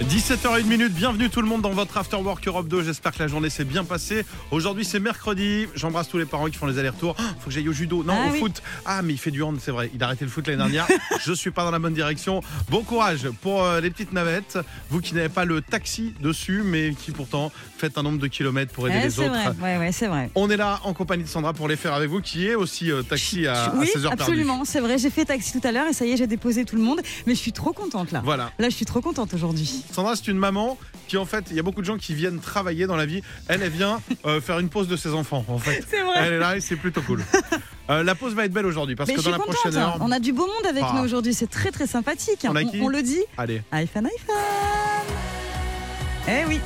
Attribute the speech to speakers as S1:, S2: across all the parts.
S1: 17h01 minute, bienvenue tout le monde dans votre After Work Europe 2. J'espère que la journée s'est bien passée. Aujourd'hui, c'est mercredi. J'embrasse tous les parents qui font les allers-retours. Ah, Faut que j'aille au judo. Non,
S2: Ah
S1: au
S2: oui.
S1: foot. Ah, mais il fait du hand, c'est vrai. Il a arrêté le foot l'année dernière. Je suis pas dans la bonne direction. Bon courage pour euh, les petites navettes. Vous qui n'avez pas le taxi dessus, mais qui pourtant faites un nombre de kilomètres pour aider
S2: Ouais,
S1: les
S2: Eh, c'est
S1: autres.
S2: vrai. Ouais, ouais, c'est vrai.
S1: On est là en compagnie de Sandra pour les faire avec vous, qui est aussi euh, taxi à,
S2: oui,
S1: 16h
S2: absolument, c'est vrai. J'ai fait taxi tout à l'heure et ça y est, j'ai déposé tout le monde. Mais je suis trop contente là.
S1: Voilà.
S2: Là, je suis trop contente aujourd'hui.
S1: Sandra, c'est une maman qui, en fait, il y a beaucoup de gens qui viennent travailler dans la vie. Elle, elle vient euh, faire une pause de ses enfants, en fait.
S2: C'est
S1: Elle est là et c'est plutôt cool. Euh, la pause va être belle aujourd'hui parce
S2: Mais
S1: que
S2: je
S1: dans
S2: suis
S1: la
S2: contente. hein.
S1: prochaine heure.
S2: On a du beau monde avec
S1: Ah.
S2: nous aujourd'hui. C'est très très sympathique.
S1: On a qui
S2: le dit.
S1: Allez,
S2: iPhone, iPhone. Eh oui.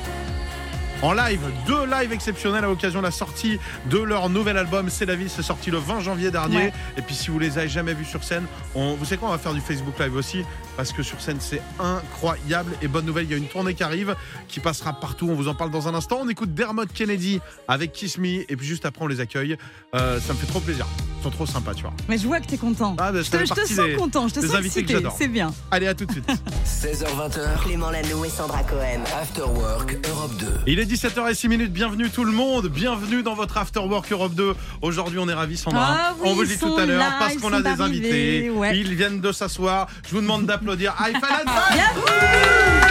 S1: en live, deux lives exceptionnels à l'occasion de la sortie de leur nouvel album C'est la vie, c'est sorti le 20 janvier dernier.
S2: Ouais.
S1: Et puis si vous les avez jamais vus sur scène, on, vous savez quoi, on va faire du Facebook Live aussi parce que sur scène c'est incroyable. Et bonne nouvelle, il y a une tournée qui arrive qui passera partout. On vous en parle dans un instant. On écoute Dermot Kennedy avec Kiss Me et puis juste après on les accueille. Euh, ça me fait trop plaisir. Ils sont trop sympas, tu vois.
S2: Mais je vois que t'es content.
S1: Ah, bah,
S2: je
S1: ça fait
S2: te, je te
S1: partie
S2: sens
S1: des-
S2: content. Je te
S1: des
S2: sens
S1: invités que
S2: excité.
S1: j'adore.
S2: C'est bien.
S1: Allez, à tout de suite.
S3: 16h20h,
S4: Clément Lano et Sandra Cohen.
S3: After Work Europe 2.
S1: Il est 17h06, bienvenue tout le monde, bienvenue dans votre After Work Europe 2. Aujourd'hui on est ravis Sandra,
S2: Ah oui,
S1: on vous le dit
S2: ils
S1: tout
S2: sont
S1: à l'heure
S2: là,
S1: parce
S2: ils
S1: qu'on
S2: sont
S1: a des
S2: arrivés,
S1: invités,
S2: ouais.
S1: ils viennent de s'asseoir, je vous demande d'applaudir Aïfan Advan.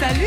S2: Salut.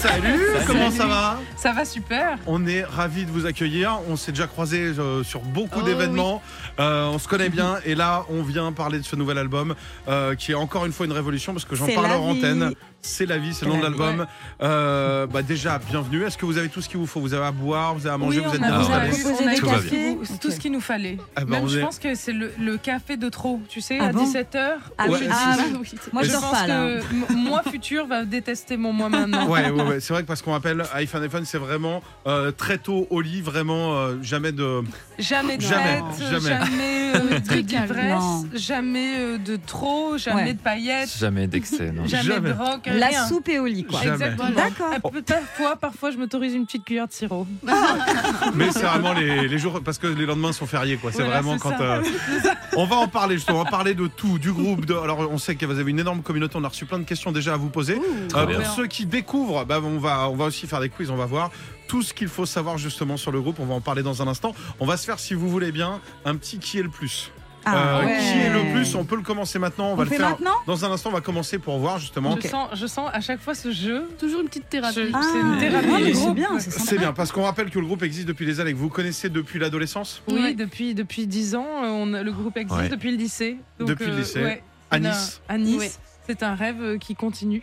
S1: Salut, comment ça va
S5: Ça va super.
S1: On est ravis de vous accueillir, on s'est déjà croisés euh, sur beaucoup
S2: Oh,
S1: d'événements, Euh, on se connaît bien et là on vient parler de ce nouvel album euh, qui est encore une fois une révolution parce que j'en
S2: C'est
S1: parle
S2: la
S1: en
S2: vie.
S1: antenne. C'est la vie, c'est le nom de
S2: C'est la
S1: l'album. Euh, bah déjà, bienvenue. Est-ce que vous avez tout ce qu'il vous faut Vous avez à boire, vous avez à manger,
S2: Oui,
S1: vous
S2: on
S1: êtes
S2: a
S1: bien
S2: vous
S5: on a
S1: installés
S2: avez proposé des
S5: eu- on a eu
S1: Tout
S5: tout,
S1: va
S5: ce
S2: bien.
S5: qu'il vous- tout ce qu'il nous fallait.
S1: Ah bah, on
S5: Même je
S1: est-
S5: pense que c'est le, le café de trop, tu sais,
S2: Ah
S5: à
S2: bon
S5: 17h.
S2: Ah
S1: Ouais.
S2: oui.
S1: Je-
S2: ah oui.
S5: oui.
S2: Moi, je
S5: je
S2: dors
S5: pense
S2: pas, là.
S5: que m- moi futur va détester mon moi maintenant.
S1: Ouais, ouais, ouais. c'est vrai que parce qu'on appelle iPhone iPhone, c'est vraiment euh, très tôt au lit, vraiment euh, jamais de.
S5: Jamais de
S1: Jamais,
S5: fête,
S1: jamais.
S5: jamais euh, de d'ivresse,
S2: Non.
S5: jamais euh, de trop, jamais
S2: Ouais.
S5: de paillettes,
S6: Jamais d'excès, non.
S5: jamais,
S1: Jamais.
S5: de rock.
S2: La
S5: rien.
S2: soupe est au lit, quoi.
S1: Jamais. Oh.
S5: Exactement.
S2: D'accord.
S5: Euh, peut- Parfois, parfois, je m'autorise une petite cuillère de sirop.
S1: Mais c'est vraiment les, les jours parce que les lendemains sont fériés, quoi. C'est
S5: Voilà,
S1: vraiment
S5: c'est
S1: quand.
S5: ça.
S1: euh, on va en parler justement. On va parler de tout, du groupe. De... Alors on sait que vous avez une énorme communauté. On a reçu plein de questions déjà à vous poser. Euh,
S6: bien.
S1: pour ceux qui découvrent, bah, on va on va aussi faire des quiz. On va voir tout ce qu'il faut savoir justement sur le groupe. On va en parler dans un instant. On va se faire, si vous voulez bien, un petit qui est le plus.
S2: Ah,
S1: Euh,
S2: ouais.
S1: Qui est le plus On peut le commencer maintenant. On,
S2: On
S1: va le
S2: fait
S1: faire
S2: maintenant
S1: dans un instant. On va commencer pour voir justement.
S5: Je, sens, je sens à chaque fois ce jeu.
S7: Toujours une petite
S5: Je-
S7: thérapie.
S5: C'est une thérapie.
S2: Ah, mais
S5: de
S2: c'est
S5: groupe.
S2: bien, c'est sympa.
S1: C'est bien, parce qu'on rappelle que le groupe existe depuis des années, que vous connaissez depuis l'adolescence,
S5: Oui,
S7: Ouais.
S5: depuis, depuis 10 ans, euh, on, a- le groupe existe
S6: Ouais.
S5: depuis le lycée. euh,
S1: Depuis le lycée.
S5: ouais.
S1: à
S5: On a-
S1: Nice.
S5: À Nice.
S7: Ouais.
S5: C'est un rêve euh, qui continue.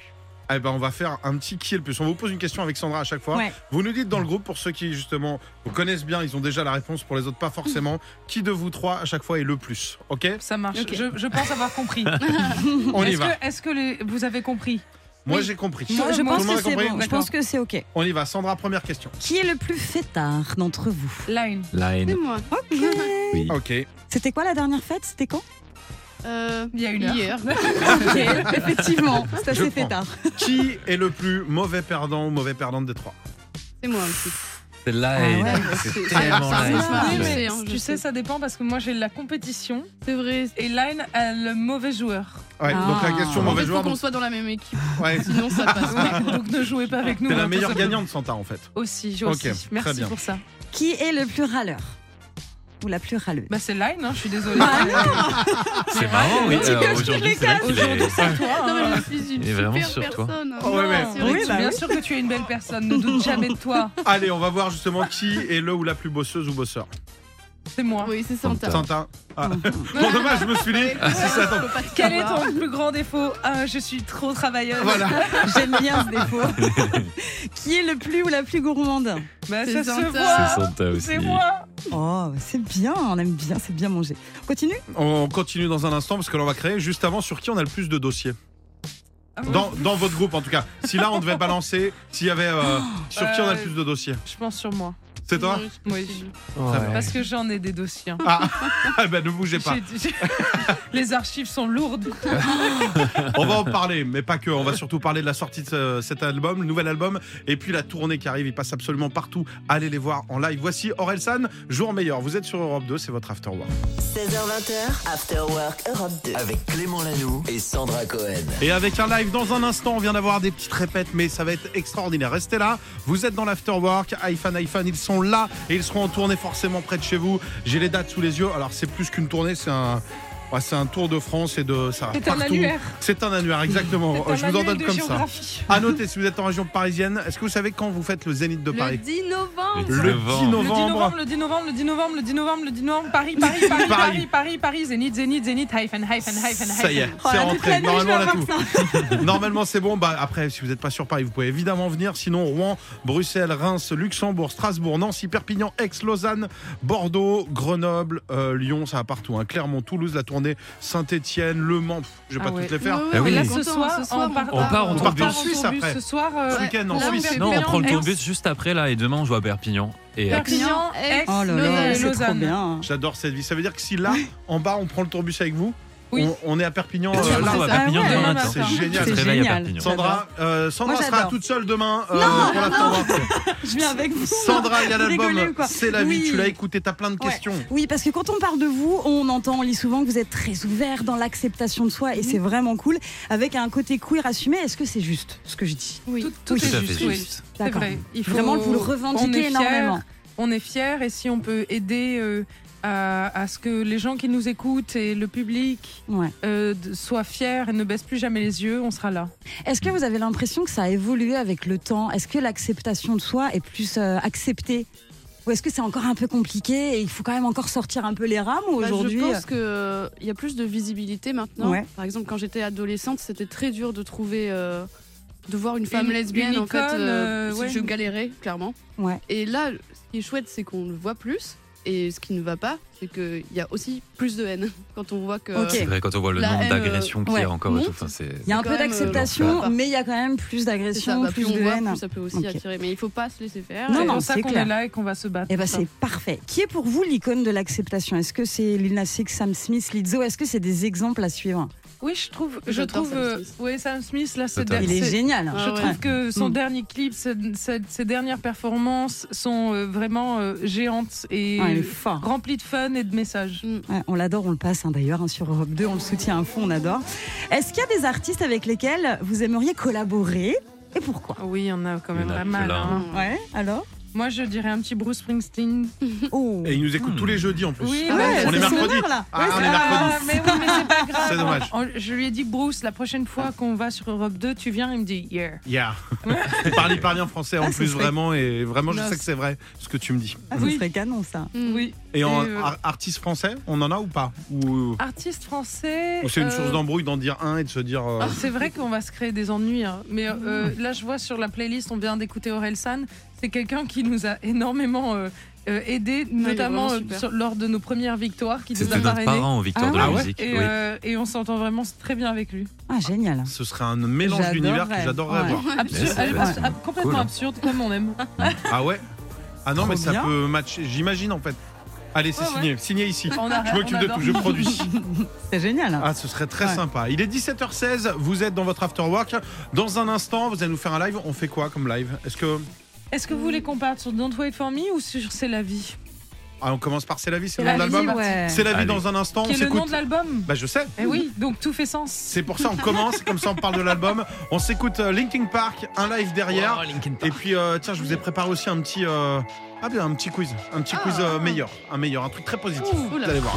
S1: Eh ben, on va faire un petit qui est le plus. On vous pose une question avec Sandra à chaque fois.
S2: Ouais.
S1: Vous nous dites dans le groupe, pour ceux qui, justement, vous connaissent bien, ils ont déjà la réponse, pour les autres, pas forcément, qui de vous trois, à chaque fois, est le plus. Ok
S5: Ça marche.
S7: Ok.
S5: Je, je pense avoir compris.
S1: On y
S5: Est-ce
S1: va.
S5: que, est-ce que les- vous avez compris
S1: Moi, j'ai compris.
S5: Moi,
S2: Je
S5: Tout le
S2: pense
S1: monde a
S2: que c'est
S1: compris
S2: bon. Je
S5: D'accord.
S2: pense que c'est ok.
S1: On y va. Sandra, première question.
S2: Qui est le plus fêtard d'entre vous
S5: Line.
S7: C'est
S6: Line.
S7: moi.
S6: Oui.
S1: Ok.
S2: C'était quoi la dernière fête C'était quand
S7: Euh,
S5: Il y a une heure.
S7: hier.
S2: Ok, effectivement, c'est
S1: Je
S2: assez
S1: prends.
S2: fêtard.
S1: qui est le plus mauvais perdant ou mauvais perdante des trois
S7: C'est moi aussi.
S6: C'est line.
S2: Ah ouais,
S6: c'est
S7: c'est-
S6: tellement
S7: c'est-
S6: line.
S7: Ah,
S5: Oui,
S7: je
S5: mais
S7: sais, hein, je
S5: tu sais,
S7: sais.
S5: ça dépend parce que moi j'ai la compétition
S7: C'est vrai.
S5: et Line a le mauvais joueur.
S1: Ouais,
S2: Ah.
S1: donc la question
S2: En
S7: En
S1: mauvais
S7: fait, faut
S1: joueur.
S7: qu'on
S1: donc-
S7: soit dans la même équipe,
S1: Ouais.
S7: sinon ça passe. pas.
S5: Donc ne jouez pas avec nous.
S1: Ah. T'es
S5: hein,
S1: la
S5: tout
S1: meilleure
S5: simplement.
S1: gagnante, Santa, en fait.
S5: Aussi, j'ai
S1: Ok,
S5: aussi.
S1: très
S5: Merci
S1: bien.
S5: pour ça.
S2: Qui est le plus râleur Ou la plus râleuse
S5: Bah c'est Line, hein, je suis désolée.
S1: Ah.
S6: C'est marrant, oui. euh, Aujourd'hui, c'est vrai qu'il est-
S2: hein.
S7: Non, mais je suis une
S6: Il est vraiment
S7: super
S6: sur toi.
S7: personne. hein.
S1: Oh, ouais, ouais.
S7: C'est
S2: Oui,
S7: vrai que
S2: bah
S5: bien
S2: oui.
S5: sûr que tu es une belle personne, ne doute jamais de toi.
S1: Allez, on va voir justement qui est le ou la plus bosseuse ou bosseur.
S5: C'est moi.
S7: tu- Oui, c'est Santa.
S1: Tintin. Ah. bon, dommage, je me suis dit. si ça tombe-
S2: Ah
S5: Quel est
S2: bah.
S5: ton plus grand défaut Ah, Je suis trop travailleuse.
S1: Voilà.
S2: J'aime bien ce défaut. Qui est le plus ou la plus gourmande
S5: Bah, ça
S7: C'est
S5: se
S7: Santa.
S6: C'est
S5: voit.
S6: Santa aussi.
S5: C'est moi.
S2: Oh, c'est bien, on aime bien, c'est bien manger. On Continue
S1: On continue dans un instant parce que l'on va créer juste avant sur qui on a le plus de dossiers.
S5: Ah, moi,
S1: Dans, dans votre groupe en tout cas. Si là on devait balancer, s'il y avait euh, sur qui on a le
S5: Euh,
S1: plus de dossiers.
S5: Je pense sur moi.
S1: C'est toi
S7: Oui, je-
S5: Oui.
S7: je-
S5: Parce que j'en ai des dossiers. hein.
S1: Ah ben ne bougez pas.
S5: J'ai- j'ai- Les archives sont lourdes.
S1: On va en parler, mais pas que. On va surtout parler de la sortie de ce- cet album, le nouvel album, et puis la tournée qui arrive. Ils passent absolument partout. Allez les voir en live. Voici Orelsan, jour meilleur. Vous êtes sur Europe 2, c'est votre After Work.
S4: 16h20h, After Work Europe 2.
S3: Avec Clément Lanoux et Sandra Cohen.
S1: Et avec un live dans un instant, on vient d'avoir des petites répètes, mais ça va être extraordinaire. Restez là, vous êtes dans l'afterwork, iPhone, iPhone, ils sont là et ils seront en tournée forcément près de chez vous. J'ai les dates sous les yeux, alors c'est plus qu'une tournée, c'est un... ouais, c'est un tour de France et de ça va
S5: C'est un
S1: partout.
S5: annuaire.
S1: C'est un annuaire, exactement.
S5: C'est un
S1: Oh, Je vous en
S5: manuel
S1: donne
S5: de
S1: comme ça.
S5: géographie.
S1: À noter, si vous êtes en région parisienne, est-ce que vous savez quand vous faites le Zénith de
S7: Le
S1: Paris
S7: 10 novembre.
S6: Le
S1: Le 10
S6: 10
S5: Le 10
S1: novembre.
S5: novembre, le 10 novembre, le 10 novembre, le 10 novembre, le 10 novembre, Paris, Paris, Paris, Paris, Paris, Paris, Zénith, Zénith, Zénith, hyphen, hyphen, hyphen, hyphen.
S1: Ça y est, c'est
S5: Voilà, toute Oh, la
S1: rentré.
S5: nuit, je vais
S1: Normalement, on a
S5: avoir
S1: tout.
S5: ça.
S1: Normalement, c'est bon. Bah, après, si vous n'êtes pas sur Paris, vous pouvez évidemment venir. Sinon, Rouen, Bruxelles, Reims, Luxembourg, Strasbourg, Nancy, Perpignan, Aix, Lausanne, Bordeaux, Grenoble, euh, Lyon, ça va partout. hein. Clermont, Toulouse, la tournée Saint-Etienne, Le Mans. Pff, Je vais
S5: Ah
S1: pas
S5: ouais.
S1: toutes les faire.
S7: Ouais, ouais,
S6: Ah
S7: on
S6: oui.
S7: est
S5: Là,
S7: content, hein,
S5: ce soir, on part,
S6: on part en
S5: on
S1: On
S5: part
S1: part en
S5: en
S1: Suisse
S5: tourbus
S1: après.
S5: ce soir. euh,
S1: Ce week-end en
S7: Là, on
S1: Suisse.
S7: fait
S6: Non, on
S7: Perpignan,
S6: prend le
S7: Aix.
S6: tourbus juste après là et demain on joue à Perpignan et Aix.
S5: Perpignan,
S7: Aix,
S5: Aix,
S2: Oh là là,
S5: Lausanne.
S2: c'est trop
S5: Lausanne.
S2: bien.
S1: J'adore cette vie. Ça veut dire que si là, en bas, on prend le tourbus avec vous,
S5: Oui.
S1: on, on est à Perpignan.
S6: Et tu
S1: euh,
S6: te retrouves à
S5: ça.
S6: Perpignan
S5: Ah ouais,
S6: demain
S5: demain
S6: matin.
S1: matin. C'est
S6: Tu te
S1: génial.
S6: réveilles à
S2: Génial.
S6: Perpignan.
S1: Sandra, euh, Sandra
S5: Moi,
S1: sera
S5: j'adore.
S1: toute seule demain euh, pour l'afterwork.
S2: Je viens avec vous.
S1: Sandra, il y a
S2: Vous rigolez
S1: l'album.
S2: ou quoi
S1: C'est la vie.
S2: Oui.
S1: Tu l'as écouté. T'as plein de
S2: Ouais.
S1: questions.
S2: Oui, parce que quand on parle de vous, on entend, on lit souvent que vous êtes très ouvert dans l'acceptation de soi et c'est vraiment cool. Avec un côté queer assumé, est-ce que c'est juste ce que je dis
S7: Oui.
S5: Tout, tout
S2: Oui,
S6: tout à
S5: est
S6: fait
S5: juste. oui.
S6: juste.
S5: C'est
S2: D'accord.
S5: vrai. Il faut-
S2: Vraiment, vous le
S5: on est
S2: revendiquez
S5: fiers.
S2: énormément.
S5: On est fiers et si on peut aider euh, à, à ce que les gens qui nous écoutent et le public
S2: Ouais.
S5: euh, de- soient fiers et ne baissent plus jamais les yeux, on sera là.
S2: Est-ce que vous avez l'impression que ça a évolué avec le temps Est-ce que l'acceptation de soi est plus euh, acceptée Ou est-ce que c'est encore un peu compliqué et il faut quand même encore sortir un peu les rames ou
S7: Bah,
S2: aujourd'hui euh,
S7: Je pense qu'il y a plus de visibilité maintenant.
S2: Ouais.
S7: Par exemple, quand j'étais adolescente, c'était très dur de trouver. euh, de voir une femme
S5: Une-
S7: lesbienne,
S5: une
S7: en fait.
S5: icône, euh, ouais.
S7: Je galérais, clairement.
S2: Ouais.
S7: Et là, ce qui est chouette, c'est qu'on le voit plus. Et ce qui ne va pas, c'est qu'il y a aussi plus de haine quand on voit que.
S2: Ok.
S6: C'est vrai, quand on voit le
S7: La
S6: nombre
S7: haine,
S6: d'agressions qu'il y
S2: ouais,
S6: a encore et tout,
S7: monte.
S6: enfin, c'est.
S2: Il y a un
S7: quand
S2: peu
S7: même, euh,
S2: d'acceptation,
S7: l'enfer.
S2: mais il y a quand même plus
S7: C'est ça,
S2: d'agression,
S7: bah, plus,
S2: plus
S7: on
S2: de
S7: voit,
S2: haine.
S7: plus ça peut aussi
S2: Ok.
S7: attirer. Mais il faut pas se laisser faire.
S2: Non,
S5: C'est
S7: Et-
S2: non,
S5: pour ça
S2: c'est
S5: qu'on
S2: clair.
S5: est là et qu'on va se battre.
S2: Eh ben
S5: pour ça.
S2: c'est parfait. Qui est pour vous l'icône de l'acceptation Est-ce que c'est Lil Nas X, Sam Smith, Lizzo Est-ce que c'est des exemples à suivre
S5: Oui, je trouve. Je
S7: J'adore
S5: trouve.
S7: Sam
S5: euh,
S7: Smith.
S5: ouais, Sam Smith là, c'est.
S6: Totalement.
S2: Il est
S5: c'est-
S2: génial. hein.
S7: Ah
S5: Je
S7: ouais.
S5: trouve que son
S2: Mm.
S5: dernier clip, ses, ses- ses dernières performances sont euh, vraiment euh, géantes et
S2: Ah, il est fort.
S5: remplies de fun et de messages.
S2: Ouais, on l'adore, on le passe hein, d'ailleurs hein, sur Europe 2, on le soutient à fond, on adore. Est-ce qu'il y a des artistes avec lesquels vous aimeriez collaborer et pourquoi
S5: Oui, il y en a quand
S6: Il y
S5: même
S6: en a
S5: pas mal.
S6: plein.
S5: hein.
S2: Ouais, alors
S5: Moi, je dirais un petit Bruce Springsteen.
S2: Oh
S1: Et ils nous écoutent
S6: Hmm.
S1: tous les jeudis en plus.
S5: Oui,
S2: Ah
S5: ouais,
S2: ouais,
S5: on
S2: c'est
S5: est
S2: son
S1: mercredi.
S2: heure, là.
S1: Ah,
S2: Ouais,
S1: on
S2: c'est
S1: est
S2: ça.
S1: mercredi.
S5: mais oui, mais c'est pas grave.
S1: C'est dommage.
S5: On- je lui ai dit, Bruce, la prochaine fois qu'on va sur Europe 2, tu viens, il me dit, yeah.
S1: Yeah. parle, parle en français en
S2: Ah,
S1: plus
S2: c'est vrai.
S1: vraiment et vraiment je
S5: Mince.
S1: sais que c'est vrai ce que tu me dis.
S2: Ah,
S5: Oui.
S2: Ce serait canon ça.
S7: Mm.
S5: Oui.
S1: Et en
S5: Et, euh,
S1: ar- artiste français, on en a ou pas Ou,
S5: Artiste français.
S1: ou c'est une
S5: euh,
S1: source d'embrouille d'en dire un et de se dire euh,
S5: Ah, C'est vrai qu'on va se créer des ennuis, hein. mais euh, euh, là je vois sur la playlist, on vient d'écouter Aurel San, c'est quelqu'un qui nous a énormément euh, euh, aidé, notamment
S7: vraiment
S5: euh,
S7: super.
S5: sur- lors de nos premières victoires, qui nous a
S6: C'était notre
S5: parrainés.
S6: parent aux Victoires
S2: Ah
S6: de la
S1: ouais
S6: musique.
S5: Et,
S6: oui.
S5: euh, et on s'entend vraiment très bien avec lui.
S2: Ah génial.
S1: ce serait un mélange
S2: J'adorerais.
S1: d'univers que j'adorerais
S2: Ouais.
S1: voir.
S5: Absurde,
S6: c'est
S5: ab-
S6: vrai,
S5: ab-
S6: c'est
S5: ab- complètement
S6: cool.
S5: absurde, comme on aime.
S1: Ah ouais Ah non
S2: Trop
S1: mais ça
S2: bien.
S1: peut matcher, j'imagine en fait. Allez, c'est
S5: Ouais,
S1: signé, signé ici.
S5: On
S1: Je
S5: arrête,
S1: m'occupe
S5: on
S1: de
S5: adore.
S1: tout, je produis.
S2: C'est génial. hein.
S1: Ah, ce serait très
S2: Ouais.
S1: sympa. Il est 17h16, vous êtes dans votre after work. Dans un instant, vous allez nous faire un live. On fait quoi comme live Est-ce que
S5: Est-ce que vous voulez qu'on parte sur Don't Wait For Me ou sur C'est la vie
S1: ah, on commence par C'est la vie, c'est le nom
S5: La
S1: de
S5: vie,
S1: l'album
S2: ouais.
S1: C'est la vie
S6: Allez.
S1: dans un instant,
S5: Qui
S1: on
S5: est le nom
S1: s'écoute.
S5: de l'album
S1: Bah je sais.
S5: Eh oui, donc tout fait sens.
S1: C'est pour ça on commence, comme ça on parle de l'album. On s'écoute euh, Linkin Park, un live derrière.
S6: Oh, Linkin
S1: Et
S6: Park.
S1: puis euh, tiens, je vous ai préparé aussi un petit euh, ah bien un petit quiz, un petit quiz euh, meilleur, un meilleur, un truc très positif.
S7: Ouh,
S1: vous
S7: oula.
S1: allez voir.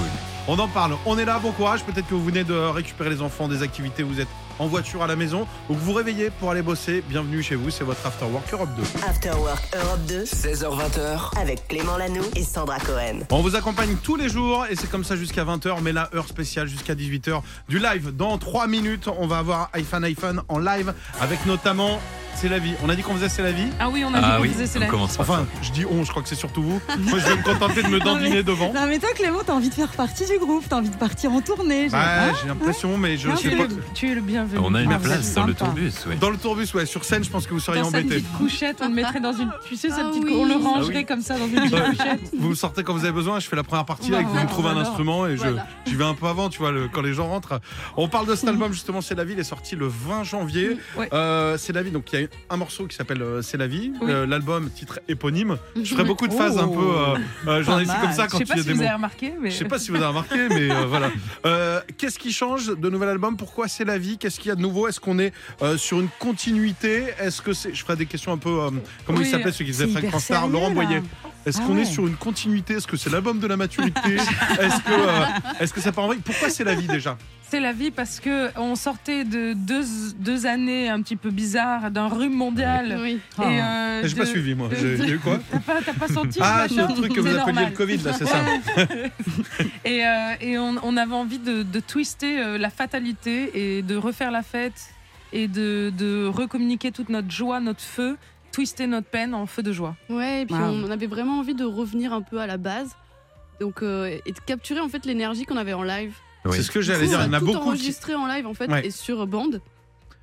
S1: On en parle. On est là, bon courage. Peut-être que vous venez de récupérer les enfants des activités, vous êtes en voiture à la maison ou que vous vous réveillez pour aller bosser. Bienvenue chez vous, c'est votre After Work Europe 2.
S4: After Work Europe 2
S3: 16h20h,
S4: avec Clément Lanoux et Sandra Cohen.
S1: On vous accompagne tous les jours et c'est comme ça jusqu'à 20h, mais la heure spéciale jusqu'à 18h du live. Dans 3 minutes, on va avoir iPhone iPhone en live avec notamment C'est la vie. On a dit qu'on faisait C'est la vie.
S5: Ah oui, on a
S6: Ah
S5: dit qu'on
S6: oui,
S5: faisait cela.
S6: on commence par
S1: Enfin, je dis on, je crois que c'est surtout vous. Moi, je vais me contenter de me dandiner devant.
S2: Non mais toi Clément, t'as envie de faire partie du groupe, t'as envie de partir en tournée. j'ai-
S1: Ouais,
S2: hein
S1: Bah, j'ai l'impression, mais je
S2: Non,
S5: Tu
S1: sais
S5: es,
S1: pas.
S5: Ah, le, tu es le bienvenu.
S6: ça. On a une
S5: Ah, vous
S6: place
S5: êtes
S6: dans le
S5: sympa.
S6: tourbus, oui.
S1: Dans le tourbus, ouais, sur scène, je pense que vous seriez
S5: Dans sa
S1: embêté.
S5: petite couchette, on le mettrait dans une. Tu sais, sa
S7: Ah
S5: petite.
S7: oui.
S5: On le
S7: Ah oui.
S5: rangerait comme ça dans une petite couchette.
S1: Bah, Vous me sortez quand vous avez besoin, je fais la première partie
S5: Bah
S1: avec vous
S5: voilà,
S1: me trouvez un
S5: on adore.
S1: instrument et je
S7: Voilà.
S1: j'y vais un peu avant, tu vois, le- quand les gens rentrent. On parle de cet album justement, C'est la vie, il est sorti le 20 janvier.
S5: ouais.
S1: Euh, c'est la vie, donc il y a un morceau qui s'appelle euh, C'est la vie,
S5: Oui. Mhm.
S1: Euh, l'album titre éponyme. Je ferai beaucoup de phases un peu euh, euh,
S5: Pas
S1: journalistique comme
S5: mal.
S1: ça quand
S5: Je sais
S1: il y
S5: pas
S1: a
S5: si
S1: des
S5: vous
S1: mots.
S5: avez remarqué, mais.
S1: Je sais pas si vous avez remarqué, mais euh, voilà. Euh, Qu'est-ce qui change de nouvel album Pourquoi c'est la vie Qu'est-ce qu'il y a de nouveau Est-ce qu'on est euh, sur une continuité Est-ce que c'est Je ferai des questions un peu. euh, comment
S5: Oui.
S1: il s'appelait celui qui faisait
S2: C'est
S1: Frank
S2: hyper
S1: Star
S2: sérieux,
S1: Laurent
S2: là.
S1: Boyer. Est-ce
S2: Ah
S1: qu'on est
S2: ouais.
S1: sur une continuité Est-ce que c'est l'album de la maturité Est-ce que euh, est-ce que ça part en vrille Pourquoi c'est la vie déjà
S5: C'est la vie parce que on sortait de deux, deux années un petit peu bizarres, d'un rhume mondial.
S7: Oui.
S5: Et euh,
S1: J'ai pas
S5: de-
S1: suivi moi.
S5: de-
S1: Ah. J'ai il y a eu quoi
S5: T'as pas, t'as pas senti
S1: Ah,
S5: le
S1: c'est
S5: machin
S1: le truc que vous
S5: C'est
S1: appeliez
S5: normal.
S1: le Covid là, Ah, c'est ça
S5: Et, euh, et on, on avait envie de, de twister euh, la fatalité et de refaire la fête et de, de recommuniquer toute notre joie, notre feu, twister notre peine en feu de joie.
S7: Ouais, et puis
S2: Wow.
S7: on avait vraiment envie de revenir un peu à la base. Donc, euh, et de capturer en fait l'énergie qu'on avait en live.
S6: Oui.
S1: C'est ce que
S7: Du
S1: j'allais
S7: coup,
S1: dire.
S7: on
S1: Il y en a
S7: tout
S1: beaucoup. qui-
S7: enregistré en live en fait
S1: Ouais.
S7: et sur bande.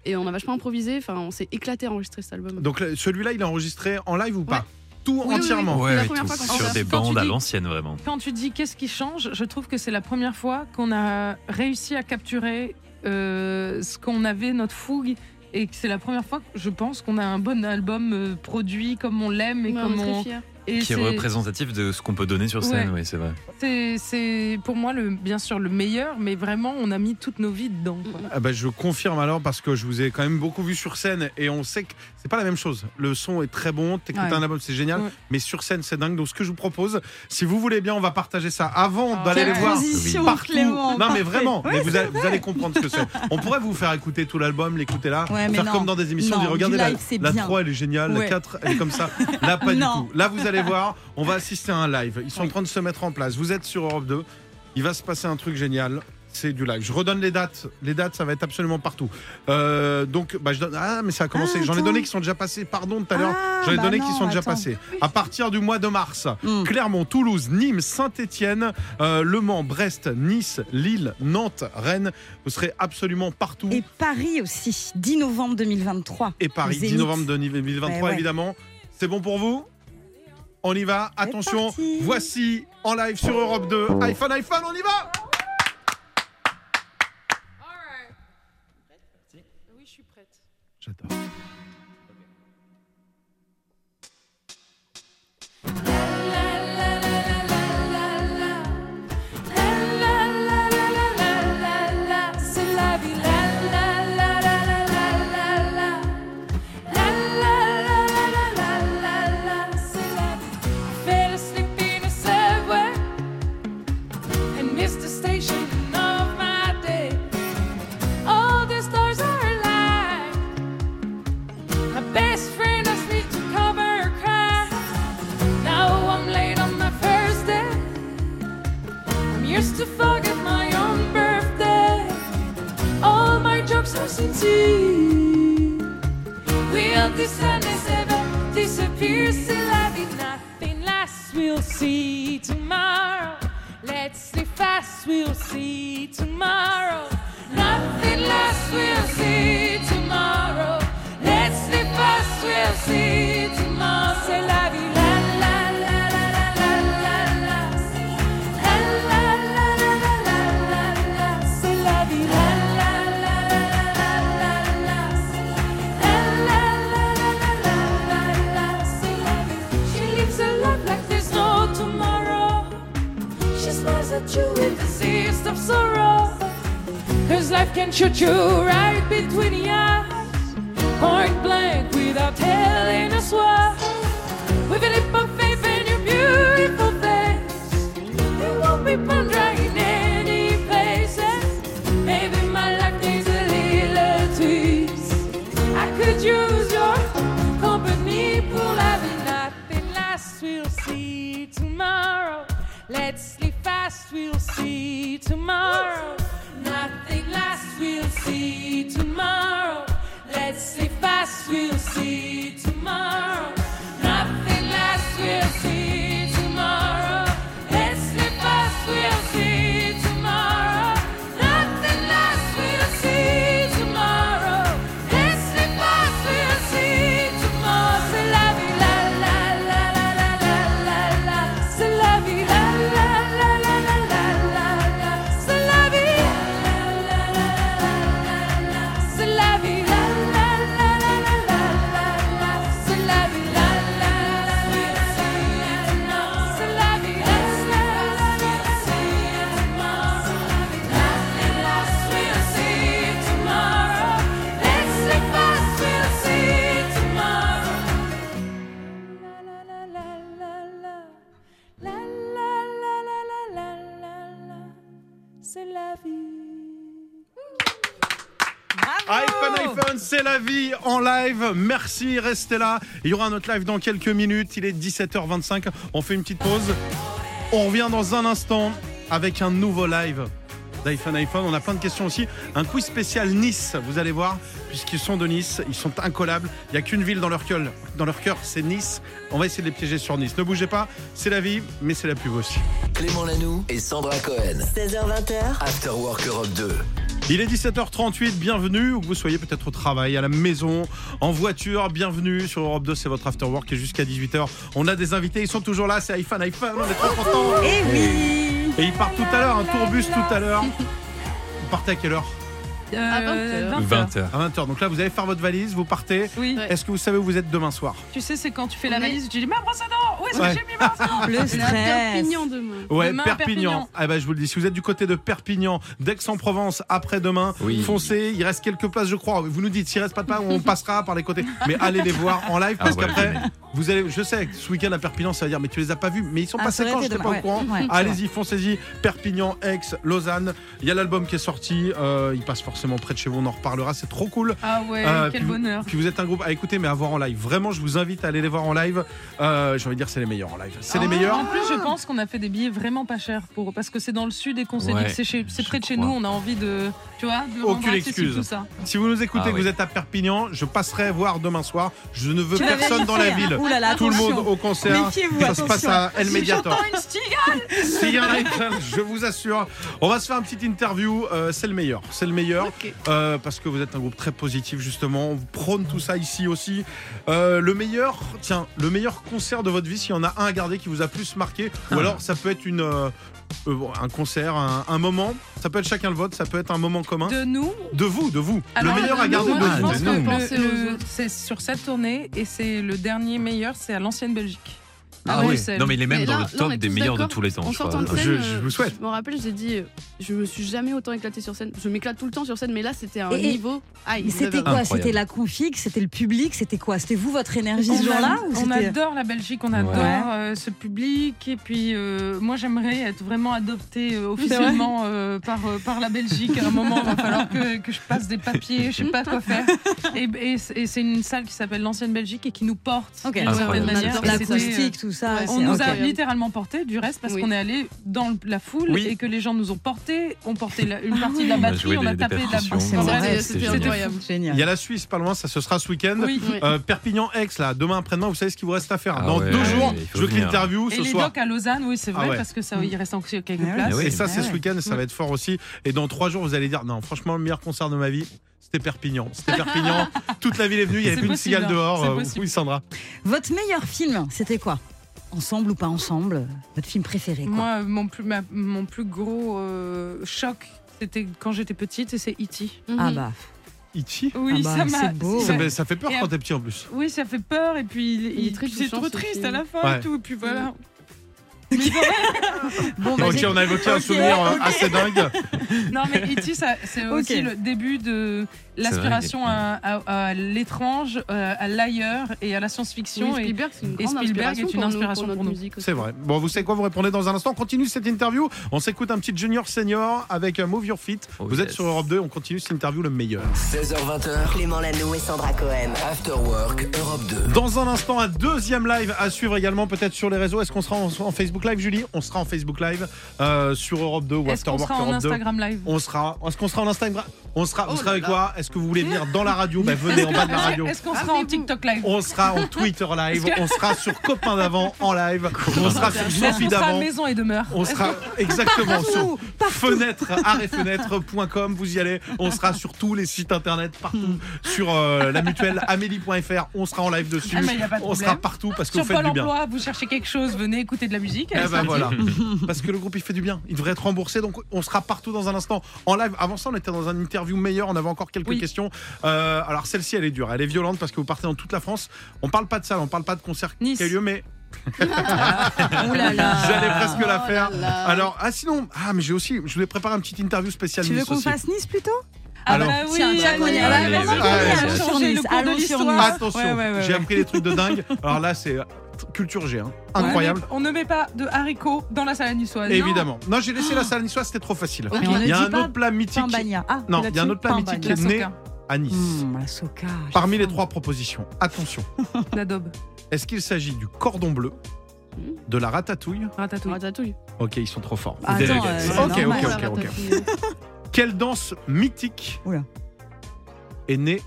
S7: Et on a vachement improvisé. Enfin, on s'est éclaté à enregistrer cet album.
S1: Donc là, celui-là, il est enregistré en live ou pas
S7: Ouais.
S1: Tout
S7: Oui, oui,
S1: entièrement.
S7: C'est
S6: Ouais,
S7: la
S6: ouais,
S7: première
S6: tout-
S7: fois qu'on
S6: sur
S7: fait
S6: des
S5: ça. Quand tu
S6: bandes à
S5: dis-
S6: l'ancienne, vraiment.
S5: Quand tu dis qu'est-ce qui change, je trouve que c'est la première fois qu'on a réussi à capturer euh, ce qu'on avait, notre fougue. Et que c'est la première fois, je pense, qu'on a un bon album euh, produit comme on l'aime et
S7: Ouais, on
S5: comme
S7: est très
S5: on.
S7: fiers.
S5: Et
S6: Qui est
S5: c'est-
S6: représentatif de ce qu'on peut donner sur scène, oui, c'est vrai.
S5: c'est- c'est pour moi le, bien sûr le meilleur, mais vraiment on a mis toutes nos vies dedans. quoi.
S1: Ah bah, je confirme alors parce que je vous ai quand même beaucoup vu sur scène et on sait que c'est pas la même chose. Le son est très bon, t'écoutes
S5: Ouais.
S1: un album, c'est génial,
S5: Ouais.
S1: mais sur scène c'est dingue. Donc ce que je vous propose, si vous voulez bien, on va partager ça avant
S5: Ah,
S1: d'aller
S5: quelle
S1: les voir.
S2: transition,
S1: Partout.
S2: Clément,
S1: non mais
S2: parfait.
S1: vraiment,
S2: Ouais,
S1: mais vous, allez, vous allez comprendre ce que c'est. On pourrait vous faire écouter tout l'album, l'écouter là,
S2: Ouais, mais
S1: faire
S2: non.
S1: comme dans des émissions,
S2: Non,
S1: dire regardez
S2: du
S1: la,
S2: live, c'est
S1: la
S2: bien.
S1: 3 elle est géniale, la
S2: Ouais.
S1: 4 elle est comme ça, là pas du
S2: Non.
S1: tout. Là vous allez voir, on va assister à un live. Ils sont en train de se mettre en place. Vous êtes sur Europe 2, il va se passer un truc génial. C'est du live. Je redonne les dates. Les dates, ça va être absolument partout. Euh, donc, bah, je donne. Ah, mais ça a commencé.
S2: Ah,
S1: J'en ai
S2: attends.
S1: donné qui sont déjà passés. Pardon tout à l'heure.
S2: Ah,
S1: J'en ai
S2: bah
S1: donné qui
S2: non,
S1: sont déjà
S2: attends.
S1: passés. À partir du mois de mars,
S2: Mm.
S1: Clermont, Toulouse, Nîmes, Saint-Étienne, euh, Le Mans, Brest, Nice, Lille, Nantes, Rennes. Vous serez absolument partout.
S2: Et Paris aussi, 10 novembre 2023.
S1: Et Paris,
S2: Zénith. Ben
S1: 10 novembre 2023,
S2: Ouais, ouais.
S1: évidemment. C'est bon pour vous On y va. Attention,
S2: parti.
S1: voici en live sur Europe 2. iPhone, iPhone, on y va
S5: Oui, je suis prête.
S1: J'adore.
S8: Best friend asked me to cover her cry. Now I'm late on my first day. I'm used to forget my own birthday. All my jokes are sincere. Will this sadness ever disappear? Still, I did nothing last. We'll see tomorrow. Let's sleep fast. We'll see tomorrow. Nothing less. We'll see tomorrow. Let's sleep fast. We'll see tomorrow. C'est la vie. La, la, la, la, la, la, la, la. La, la, la, la, la, la, la, la. C'est la vie. La, la, la, la, la, la, la, la. La, la, la, la, la, la, la, c'est la vie. She lives her life like there's no tomorrow. She smiles at you with a seas of sorrow. Cause life can shoot you right between the eyes. Point blank without telling us why. With a leap of faith in your beautiful face. You won't be pondering in any places. Maybe my life needs a little twist. I could use your company pour la vie. Nothing lasts, we'll see tomorrow. Let's sleep fast, we'll see tomorrow. Nothing lasts, we'll see tomorrow. Let's Let's see fast, we'll see tomorrow. Nothing lasts, we'll see tomorrow. Let's see fast, we'll see tomorrow. Nothing lasts, we'll see tomorrow. Let's see fast, we'll see tomorrow. C'est la vie, la la la la la la la la. C'est la vie, la la la la la la la la. C'est la vie, la la la la la la la. C'est la vie, la la la la la la la la. C'est la vie, la la la la la la. C'est la vie, la la la la C'est la vie.
S1: iPhone, iPhone, c'est la vie en live. Merci, restez là. Il y aura un autre live dans quelques minutes. Il est 17h25. On fait une petite pause. On revient dans un instant avec un nouveau live d'iPhone iPhone. On a plein de questions aussi. Un quiz spécial Nice, vous allez voir, puisqu'ils sont de Nice. Ils sont incollables. Il n'y a qu'une ville dans leur cœur. Dans leur cœur, c'est Nice. On va essayer de les piéger sur Nice. Ne bougez pas. C'est la vie, mais c'est la pub aussi.
S3: Clément Lanoux et Sandra Cohen.
S4: 16h20h,
S3: After Work Europe 2.
S1: Il est 17h38, bienvenue, où que vous soyez peut-être au travail, à la maison, en voiture, bienvenue sur Europe 2, c'est votre after work et jusqu'à 18h. On a des invités, ils sont toujours là, c'est iPhone, iPhone, on est trop contents.
S2: Eh oui
S1: Et ils partent tout à l'heure, un tourbus tout à l'heure. Vous partez à quelle heure
S5: Euh,
S7: 20.
S5: 20.
S6: 20h.
S1: À 20h. Donc là, vous allez faire votre valise, vous partez.
S5: Oui.
S7: Ouais.
S1: Est-ce que vous savez où vous êtes demain soir
S5: Tu sais, c'est quand tu fais la
S7: On est-
S5: valise, tu dis ma brosse à dents Où est-ce
S1: Ouais.
S5: que j'ai mis ma brosse à dents
S2: Le stress
S7: Perpignan demain.
S1: Ouais,
S5: Demain,
S1: Perpignan.
S5: Perpignan.
S1: Ah bah, je vous le dis, si vous êtes du côté de Perpignan, d'Aix-en-Provence, après-demain,
S6: Oui.
S1: foncez. Il reste quelques places, je crois. Vous nous dites s'il reste pas de place, on passera par les côtés. Mais allez les voir en live
S6: Ah
S1: parce
S6: ouais,
S1: qu'après,
S6: génial.
S1: vous allez. Je sais, que ce week-end à Perpignan, ça veut dire, mais tu les as pas vus. Mais ils sont
S2: Ah, ça
S1: passés
S2: aurait
S1: quand
S2: été
S1: J'étais pas
S2: demain.
S1: au courant.
S2: Ouais, ouais, c'est
S1: Allez-y, foncez-y. Perpignan, Aix, Lausanne. Il y a l'album qui est sorti. euh, il passe forcément près de chez vous. On en reparlera. C'est trop cool.
S5: Ah ouais,
S1: Euh,
S5: quel
S1: puis vous-
S5: bonheur.
S1: Puis vous êtes un groupe à écouter, mais à voir en live. Vraiment, je vous invite à aller les voir en live. Euh, J'ai envie de dire, c'est les meilleurs en live. C'est les
S5: Ah,
S1: meilleurs.
S5: En plus, je pense qu'on a fait des billets vraiment pas chers pour parce que c'est dans le sud et qu'on s'est
S6: Ouais,
S5: dit que c'est chez- c'est
S6: je
S5: près de chez
S6: crois.
S5: nous. On a envie de, tu vois, de rendre
S1: Aucune
S5: accessible
S1: excuse.
S5: tout ça.
S1: Si vous nous écoutez,
S6: Ah
S1: que
S6: oui.
S1: vous êtes à Perpignan, je passerai voir demain soir. Je ne veux
S2: Tu vas
S1: personne dans la
S2: vérifier.
S1: ville.
S2: Ouh là là,
S1: Tout le
S2: hein. attention.
S1: monde au concert.
S2: Méfiez-vous,
S1: Ça se
S2: attention.
S1: passe à El Mediator.
S5: J'entends une stigale.
S1: S'il y en a une, je vous assure. On va se faire une petite interview. euh, c'est le meilleur. C'est le meilleur.
S7: Ok.
S1: euh, parce que vous êtes un groupe très positif, justement. On prône tout ça ici aussi. Euh, le meilleur, tiens, le meilleur concert de votre vie, s'il y en a un à garder qui vous a plus marqué. Ou alors, ça peut être une. euh, euh, un concert, un, un moment, ça peut être chacun le vote, ça peut être un moment commun. De,
S5: De nous.
S1: vous, de vous.
S5: Alors,
S1: Hein le meilleur
S5: de
S1: à
S5: nous,
S1: garder
S5: moi,
S1: de
S5: je
S1: vous.
S5: pense
S6: De
S5: que
S6: nous.
S5: le-
S7: Pensez aux autres.
S5: C'est sur cette tournée et c'est le dernier meilleur, c'est à l'ancienne Belgique.
S6: Ah
S5: oui,
S6: ouais.
S5: c'est-
S6: Non, mais il est même
S7: Mais
S6: dans
S7: là-
S6: le
S7: là,
S6: top
S7: on est
S6: des
S7: tous
S6: meilleurs de
S7: d'accord.
S6: tous les temps.
S7: On
S6: je
S7: sort
S6: crois.
S7: en scène.
S1: Je-
S7: euh,
S1: je vous souhaite.
S7: Je me rappelle, j'ai dit, euh, je me suis jamais autant éclatée sur scène. Je m'éclate tout le temps sur scène, mais là, c'était un
S2: Et- et-
S7: niveau. Ah,
S2: Mais
S7: il
S2: c'était
S7: never.
S2: quoi
S6: Incroyable.
S2: C'était la config, c'était le public, c'était quoi C'était vous, votre énergie ce
S5: On
S2: jour-là
S5: a-
S2: ou
S5: On
S2: c'était-
S5: adore la Belgique, on adore
S2: Ouais.
S5: euh, ce public. Et puis, euh, moi, j'aimerais être vraiment adoptée euh, officiellement euh, par, euh, par la Belgique. À un moment, il va falloir que, que je passe des papiers, je sais pas quoi faire. Et, et c'est- et c'est une salle qui s'appelle l'Ancienne Belgique et qui nous porte.
S2: Ok.
S5: d'une
S6: Ah, Incroyable.
S5: certaine manière.
S7: adore
S5: Et c'était, euh,
S2: L'acoustique, tout ça.
S7: Ouais,
S2: c'est-
S5: On nous
S2: ok.
S5: a littéralement porté du reste parce
S7: Oui.
S5: qu'on est allé dans le- la foule
S1: Oui.
S5: et que les gens nous ont porté, ont porté la- une partie de la
S6: On a
S5: batterie,
S6: joué
S5: on a,
S6: des, des
S5: tapé de la
S6: percussions.
S2: Ah c'est
S5: Enfin,
S2: vrai,
S5: bref,
S7: c'était
S6: génial.
S7: incroyable.
S1: Il y
S2: Génial.
S1: a la Suisse pas loin, ça ce sera ce week-end.
S5: oui.
S7: Ouais.
S1: Euh, Perpignan Aix là, demain après-demain, vous savez ce qu'il vous reste à faire.
S6: Ah
S1: Dans
S6: ouais,
S1: deux
S6: ouais,
S1: jours,
S6: ouais, il faut
S1: je veux que
S6: venir.
S1: l'interview
S5: Et
S1: ce
S5: les
S1: soir.
S5: docs à Lausanne, oui, c'est vrai,
S1: Ah ouais.
S5: parce que ça, il reste aussi quelques
S2: Ah ouais.
S5: places.
S6: Ah oui.
S1: Et ça,
S6: Ah
S1: c'est ce
S2: ouais.
S1: week-end, ça va être fort aussi. Et dans trois jours, vous allez dire non, franchement, le meilleur concert de ma vie, c'était Perpignan. C'était Perpignan. Toute la ville est venue, il y
S5: C'est
S1: avait plus une
S5: possible,
S1: cigale
S5: hein.
S1: dehors.
S5: C'est
S1: Euh,
S5: possible.
S1: oui, Sandra.
S2: Votre meilleur film, c'était quoi Ensemble ou pas ensemble Votre film préféré, quoi
S5: Moi, mon plus, ma- mon plus gros euh, choc, c'était quand j'étais petite et c'est E.T.
S7: Mhm.
S2: Ah bah,
S1: Itchy.
S5: Oui,
S2: Ah bah,
S5: ça m'a.
S2: c'est beau.
S5: ouais.
S1: Ça, fait- ça fait peur
S5: Et
S1: quand t'es
S5: après-
S1: petit en plus.
S5: Oui, ça fait peur et puis il,
S7: Il est
S5: il-
S7: très
S5: puis c'est
S7: touchant,
S5: trop
S7: ce
S5: triste
S7: film.
S5: à la fin
S1: Ouais.
S5: et tout. Et puis voilà.
S2: bon, bah,
S1: Ok,
S2: j'ai-
S1: on a évoqué un
S2: Ok,
S1: souvenir euh,
S2: ok.
S1: assez dingue.
S5: Non, mais E.T., ça, c'est
S2: Ok.
S5: aussi le début de
S6: vrai,
S5: l'aspiration
S6: il est-
S5: à, à- à l'étrange, euh, à l'ailleurs et à la science-fiction. Ah bah. et-
S7: Spielberg, c'est une grande
S5: Spielberg est
S7: inspiration
S5: une
S7: pour nous,
S5: inspiration
S7: notre
S5: pour nous.
S7: musique aussi.
S1: C'est vrai. Bon, vous savez quoi, vous répondez dans un instant. On continue cette interview. On s'écoute un petit junior senior avec euh, Move Your Feet.
S6: Oh,
S1: vous êtes
S6: yes.
S1: sur Europe 2, on continue cette interview le meilleur.
S3: 16h20h,
S4: Clément Lanoux et Sandra Cohen.
S3: After Work Europe 2.
S1: Dans un instant, un deuxième live à suivre également, peut-être sur les réseaux. Est-ce qu'on sera en, en Facebook Facebook Live, Julie On sera en Facebook Live euh, sur Europe 2 ou
S5: Est-ce
S1: After
S5: qu'on
S1: Work
S5: sera en
S1: Europe 2.
S5: Instagram Live
S1: On sera. Est-ce qu'on sera en Instagram On sera. vous
S7: Oh
S1: serez
S7: là
S1: avec
S7: là.
S1: quoi Est-ce que vous voulez venir dans la radio Ben, venez en bas de la radio.
S5: Est-ce qu'on sera en TikTok Live
S1: On sera en Twitter live, on sera sur Copain d'avant en live, on sera sur
S5: Est-ce qu'on
S1: Sophie
S5: sera à
S1: d'avant.
S5: maison et demeure
S1: On sera exactement sur
S2: Partout,
S1: fenêtre, arrêtfenêtre.com, vous y allez. On sera sur tous les sites internet,
S5: Hmm.
S1: partout, sur euh, la mutuelle amélie.fr. On sera en live dessus.
S5: Ah, mais y a pas de
S1: on sera
S5: problème.
S1: partout parce que
S5: Sur
S1: vous faites
S5: Pôle
S1: du bien.
S5: emploi, vous cherchez quelque chose, venez écouter de la musique.
S1: Eh ben voilà. Parce que le groupe il fait du bien. Il devrait être remboursé. Donc on sera partout dans un instant en live. Avant ça, on était dans une interview meilleure. On avait encore quelques
S5: Oui.
S1: questions. Euh, alors celle-ci, elle est dure. Elle est violente parce que vous partez dans toute la France. On parle pas de salle, on parle pas de concert
S5: Nice.
S1: qui a eu lieu, mais bah.
S5: Ouh Oh là là.
S1: j'allais
S2: Ah.
S1: presque la
S7: Oh
S1: faire.
S7: là là.
S1: Alors, ah sinon, ah mais j'ai aussi, je voulais préparer une petite interview spéciale.
S2: Tu veux
S1: Nice
S2: qu'on
S1: aussi.
S2: fasse Nice plutôt
S5: Ah
S1: Alors-
S5: bah oui,
S2: Tiens, tiens,
S5: allez,
S2: on y
S5: allez,
S2: va.
S5: allez,
S2: Allons
S5: allez,
S1: sur
S5: allons
S1: Nice.
S5: changer
S2: Allons
S5: le
S2: sur
S5: cours de
S2: Nice.
S5: l'histoire.
S1: Attention,
S5: Ouais, ouais, ouais,
S1: j'ai
S5: ouais.
S1: appris des trucs de dingue. Alors là, c'est euh, culture G, hein. incroyable.
S5: On ne met pas de haricots dans la salade niçoise. non.
S1: Évidemment. Non, j'ai laissé la salle niçoise, c'était trop facile.
S2: Mais on
S1: Il y a
S2: ne
S1: un
S2: dit pas
S1: autre plat mythique
S2: Pain bagna. Ah,
S1: Non,
S2: là-dessus,
S1: il y a un autre plat
S2: pain
S1: mythique qui
S5: La
S2: bagna.
S1: est né
S5: soca,
S1: à Nice.
S2: Hum, la soca. j'ai
S1: Parmi les
S2: faim.
S1: trois propositions, attention,
S5: l'adobe,
S1: est-ce qu'il s'agit du cordon bleu,
S2: Hmm.
S1: de la ratatouille
S5: ratatouille.
S7: Ratatouille.
S1: Ok, ils sont trop forts.
S2: Ah,
S1: Vous
S2: attends,
S1: délèguez.
S2: euh, c'est
S1: Ok, ok,
S2: normal.
S7: Oh, la
S1: ok, ok.
S7: ratatouille.
S1: Quelle danse mythique
S2: Oula. Hmm.
S1: est née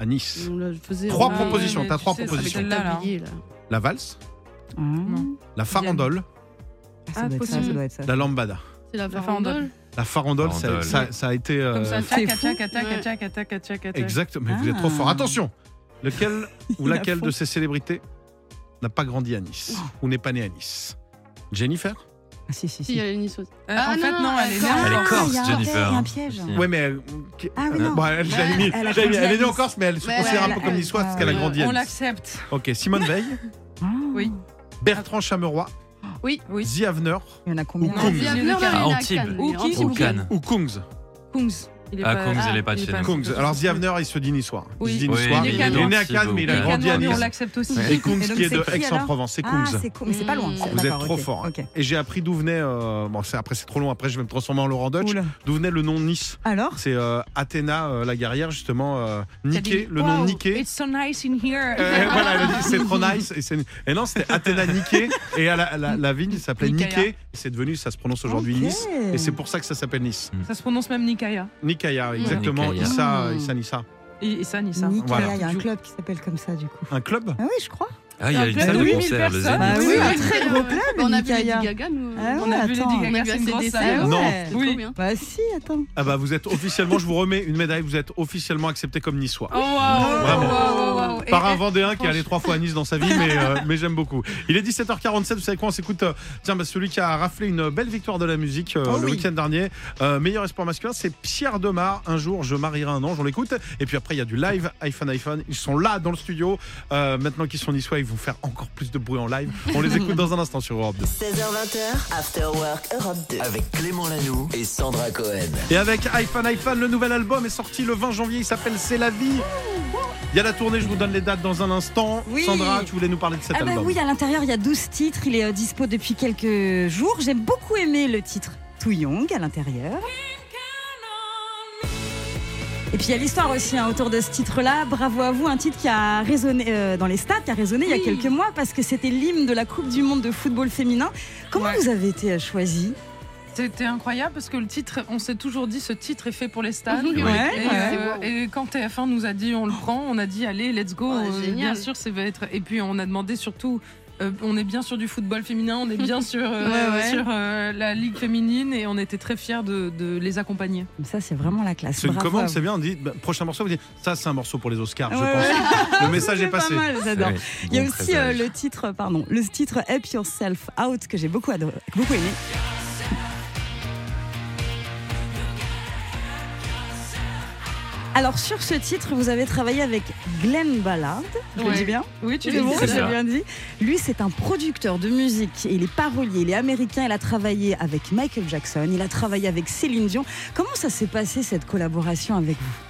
S1: à Nice
S7: On la faisait
S1: Trois
S7: en-
S5: Ah
S1: propositions.
S5: ouais, mais
S1: t'as
S5: tu
S1: trois
S5: sais, c'est
S1: propositions.
S5: Celle-là, là.
S7: tablier, là.
S1: La valse,
S2: Hum.
S1: la farandole,
S2: Ah,
S5: Ah,
S2: ça doit être ça,
S5: possible.
S2: ça doit être ça.
S1: la lambada.
S7: C'est la
S5: La
S7: farandole.
S1: La farandole, ça-
S6: Farandole.
S1: Ça, ça a été. euh,
S5: Comme ça, tac,
S2: c'est fou.
S5: tac, tac,
S7: Ouais.
S5: tac, tac, tac, tac, tac.
S1: Exact, mais vous êtes
S2: Ah.
S1: trop fort. Attention Lequel ou
S2: Il a Oh.
S1: laquelle
S2: fond.
S1: de ces célébrités n'a pas grandi à Nice ou n'est pas née à Nice Jennifer
S2: Ah, si, si,
S7: Si,
S2: si.
S7: il y a une niçoise.
S5: Euh,
S7: Ah
S5: en fait,
S7: non,
S5: non, elle est
S7: elle
S5: née
S6: Elle
S5: en
S6: est
S5: Corse.
S6: corse,
S2: il y a un
S6: Jennifer.
S2: verre, il y a un piège.
S6: Aussi.
S1: Ouais, mais. euh, qui-
S2: Ah oui,
S1: euh,
S2: non.
S1: bon, elle, je l'avais mis.
S2: Elle a
S1: Je l'avais mis.
S2: grandi à
S1: Elle est née en
S2: Nice.
S1: Corse, mais elle se
S7: Ouais,
S1: considère
S2: elle
S1: un peu
S2: a-
S1: comme
S2: elle-
S1: niçoise parce qu'elle a
S2: ouais.
S1: grandi à
S5: On
S1: Nice.
S5: l'accepte.
S1: Ok, Simone Veil,
S2: Hum.
S5: Oui.
S1: Bertrand Chameroy,
S5: Oui.
S1: The Avener
S2: Il y en a combien
S1: Ou Koum.
S7: Il y a
S5: Antilles.
S7: Fleur Marina
S6: Antilles.
S7: Cannes,
S5: Ou
S7: mais
S5: qui,
S7: Antilles.
S5: s'il
S6: Au
S5: vous plaît
S6: Cannes.
S1: ou Kongs.
S5: Kungs. Il est
S6: Ah,
S5: pas-
S6: Kungs, elle est pas de chez nous.
S1: Kongs. Alors The Avener, il se dit niçois.
S5: Oui.
S1: Il se dit
S6: Oui,
S1: niçois.
S5: il est
S1: il est né à
S6: Antibes
S1: Cannes,
S6: ou
S1: mais il a
S6: Cannes.
S1: grandi à
S5: Canois, mais on
S1: Nice.
S5: l'accepte aussi.
S1: Et Kongs
S2: Et donc,
S1: qui est
S2: c'est
S1: de
S2: qui, alors
S1: Aix-en-Provence. C'est
S2: Ah,
S1: Kongs.
S2: c'est cool, mais c'est pas loin.
S7: Vous
S2: ça,
S1: Vous êtes
S2: d'accord,
S1: trop
S2: ok,
S1: fort. hein.
S2: ok.
S1: Et j'ai appris d'où venait. euh, bon, c'est- après, c'est trop long. Après, je vais me transformer en Laurent Dutch.
S2: Oula.
S1: D'où venait le nom Nice
S2: Alors
S1: C'est euh, Athéna, euh, la guerrière, justement, euh,
S5: T'as dit,
S1: niquée, le nom
S5: wow,
S1: niqué.
S5: It's so nice in here.
S1: Euh, voilà, elle a dit c'est trop nice. Et, c'est- et non, c'était Athéna niquée. Et à la, la- la ville s'appelait
S5: Nicaea.
S1: Nikkei. C'est devenu, ça se prononce aujourd'hui
S2: Ok.
S1: Nice. Et c'est pour ça que ça s'appelle Nice.
S5: Ça se prononce même Nikaya.
S2: Hmm.
S1: Nikaya, exactement.
S6: Nicaea.
S1: Issa,
S2: Mm.
S1: Issa Nissa.
S5: Et, et ça, ni ça.
S2: Nicolas,
S1: Voilà.
S2: il y a un club qui s'appelle comme ça, du coup.
S1: Un club
S2: Ah oui, je crois.
S6: Ah, il y
S5: Un
S6: a une
S5: club
S6: salle
S5: de
S6: de
S5: 8000
S6: concert, le
S5: personnes. Ah
S6: Zen.
S5: oui,
S2: un
S5: oui.
S2: très gros club,
S7: Ah, On
S2: le
S7: a vu Lady
S2: Nikaya.
S7: Gaga, nous.
S2: Ah
S5: On
S2: Bah ouais,
S5: a vu
S2: attends.
S5: Lady
S7: On a
S5: Gaga,
S7: vu
S5: c'est une
S7: assez
S5: grosse
S7: des
S5: salle.
S2: Ah
S1: Non.
S2: ouais.
S7: Trop
S5: Oui.
S7: bien.
S2: Bah si, attends.
S1: Ah bah, vous êtes officiellement, je vous remets une médaille, vous êtes officiellement accepté comme niçois.
S5: Oh, wow, wow, wow, wow, wow. Et-
S1: Par un
S5: et-
S1: Vendéen qui est allé trois fois à Nice dans sa vie, mais, euh, mais j'aime beaucoup. Il est 17h47, vous savez quoi On s'écoute. euh, tiens, bah, celui qui a raflé une belle victoire de la musique euh,
S2: Oh
S1: le
S2: oui.
S1: week-end dernier, euh, meilleur espoir masculin, c'est Pierre Demar. Un jour, je marierai un ange, on l'écoute. Et puis après, il y a du live iPhone iPhone. Ils sont là dans le studio. Euh, maintenant qu'ils sont niçois, ils vont faire encore plus de bruit en live. On les écoute dans un instant sur Europe 2.
S4: 16h20h, After Work Europe 2.
S3: Avec Clément Lanoux et Sandra Cohen.
S1: Et avec iPhone iPhone, le nouvel album est sorti le 20 janvier, il s'appelle C'est la vie. Il y a la tournée, je vous donne les dates dans un instant.
S2: Oui.
S1: Sandra, tu voulais nous parler de cet
S2: Ah bah
S1: album.
S2: oui, à l'intérieur, il y a 12 titres. Il est euh, dispo depuis quelques jours. J'ai beaucoup aimé le titre Too Young à l'intérieur. Et puis il y a l'histoire aussi hein, autour de ce titre-là. Bravo à vous, un titre qui a résonné euh, dans les stades, qui a résonné il y a quelques mois parce que c'était l'hymne de la Coupe du Monde de football féminin. Comment
S5: Ouais.
S2: vous avez été euh, choisi
S5: C'était incroyable parce que le titre, on s'est toujours dit ce titre est fait pour les stades.
S7: Oui.
S5: Et, euh,
S7: Ouais.
S5: et quand TF1 nous a dit on le prend, on a dit allez, let's go.
S7: Ouais,
S5: euh,
S7: génial.
S5: bien sûr, ça va être. Et puis on a demandé surtout. euh, on est bien sûr du football féminin, on est bien sûr euh,
S7: Ouais, ouais.
S5: sur euh, la ligue féminine et on était très fiers de, de les accompagner.
S2: Comme ça, c'est vraiment la classe.
S1: C'est une
S2: Bravo à
S1: commande,
S2: vous.
S1: c'est bien. On dit, bah, prochain morceau, vous dites, ça, c'est un morceau pour les Oscars, je
S2: Ouais,
S1: pense.
S2: ouais.
S1: Le message est
S2: C'est
S1: passé.
S2: Pas mal, j'adore.
S6: Oui,
S2: Il y a
S6: bon
S2: aussi euh,
S6: présage.
S2: le titre, euh, pardon, le titre Help Yourself Out que j'ai beaucoup, adoré- beaucoup aimé. Alors sur ce titre, vous avez travaillé avec Glenn Ballard, je le
S5: Ouais.
S2: dis bien
S5: Oui, tu
S2: c'est
S5: l'as
S2: bon,
S5: dit.
S6: C'est
S2: j'ai
S6: ça.
S2: bien dit. Lui, c'est un producteur de musique. Il est parolier, il est américain. Il a travaillé avec Michael Jackson, il a travaillé avec Céline Dion. Comment ça s'est passé cette collaboration avec vous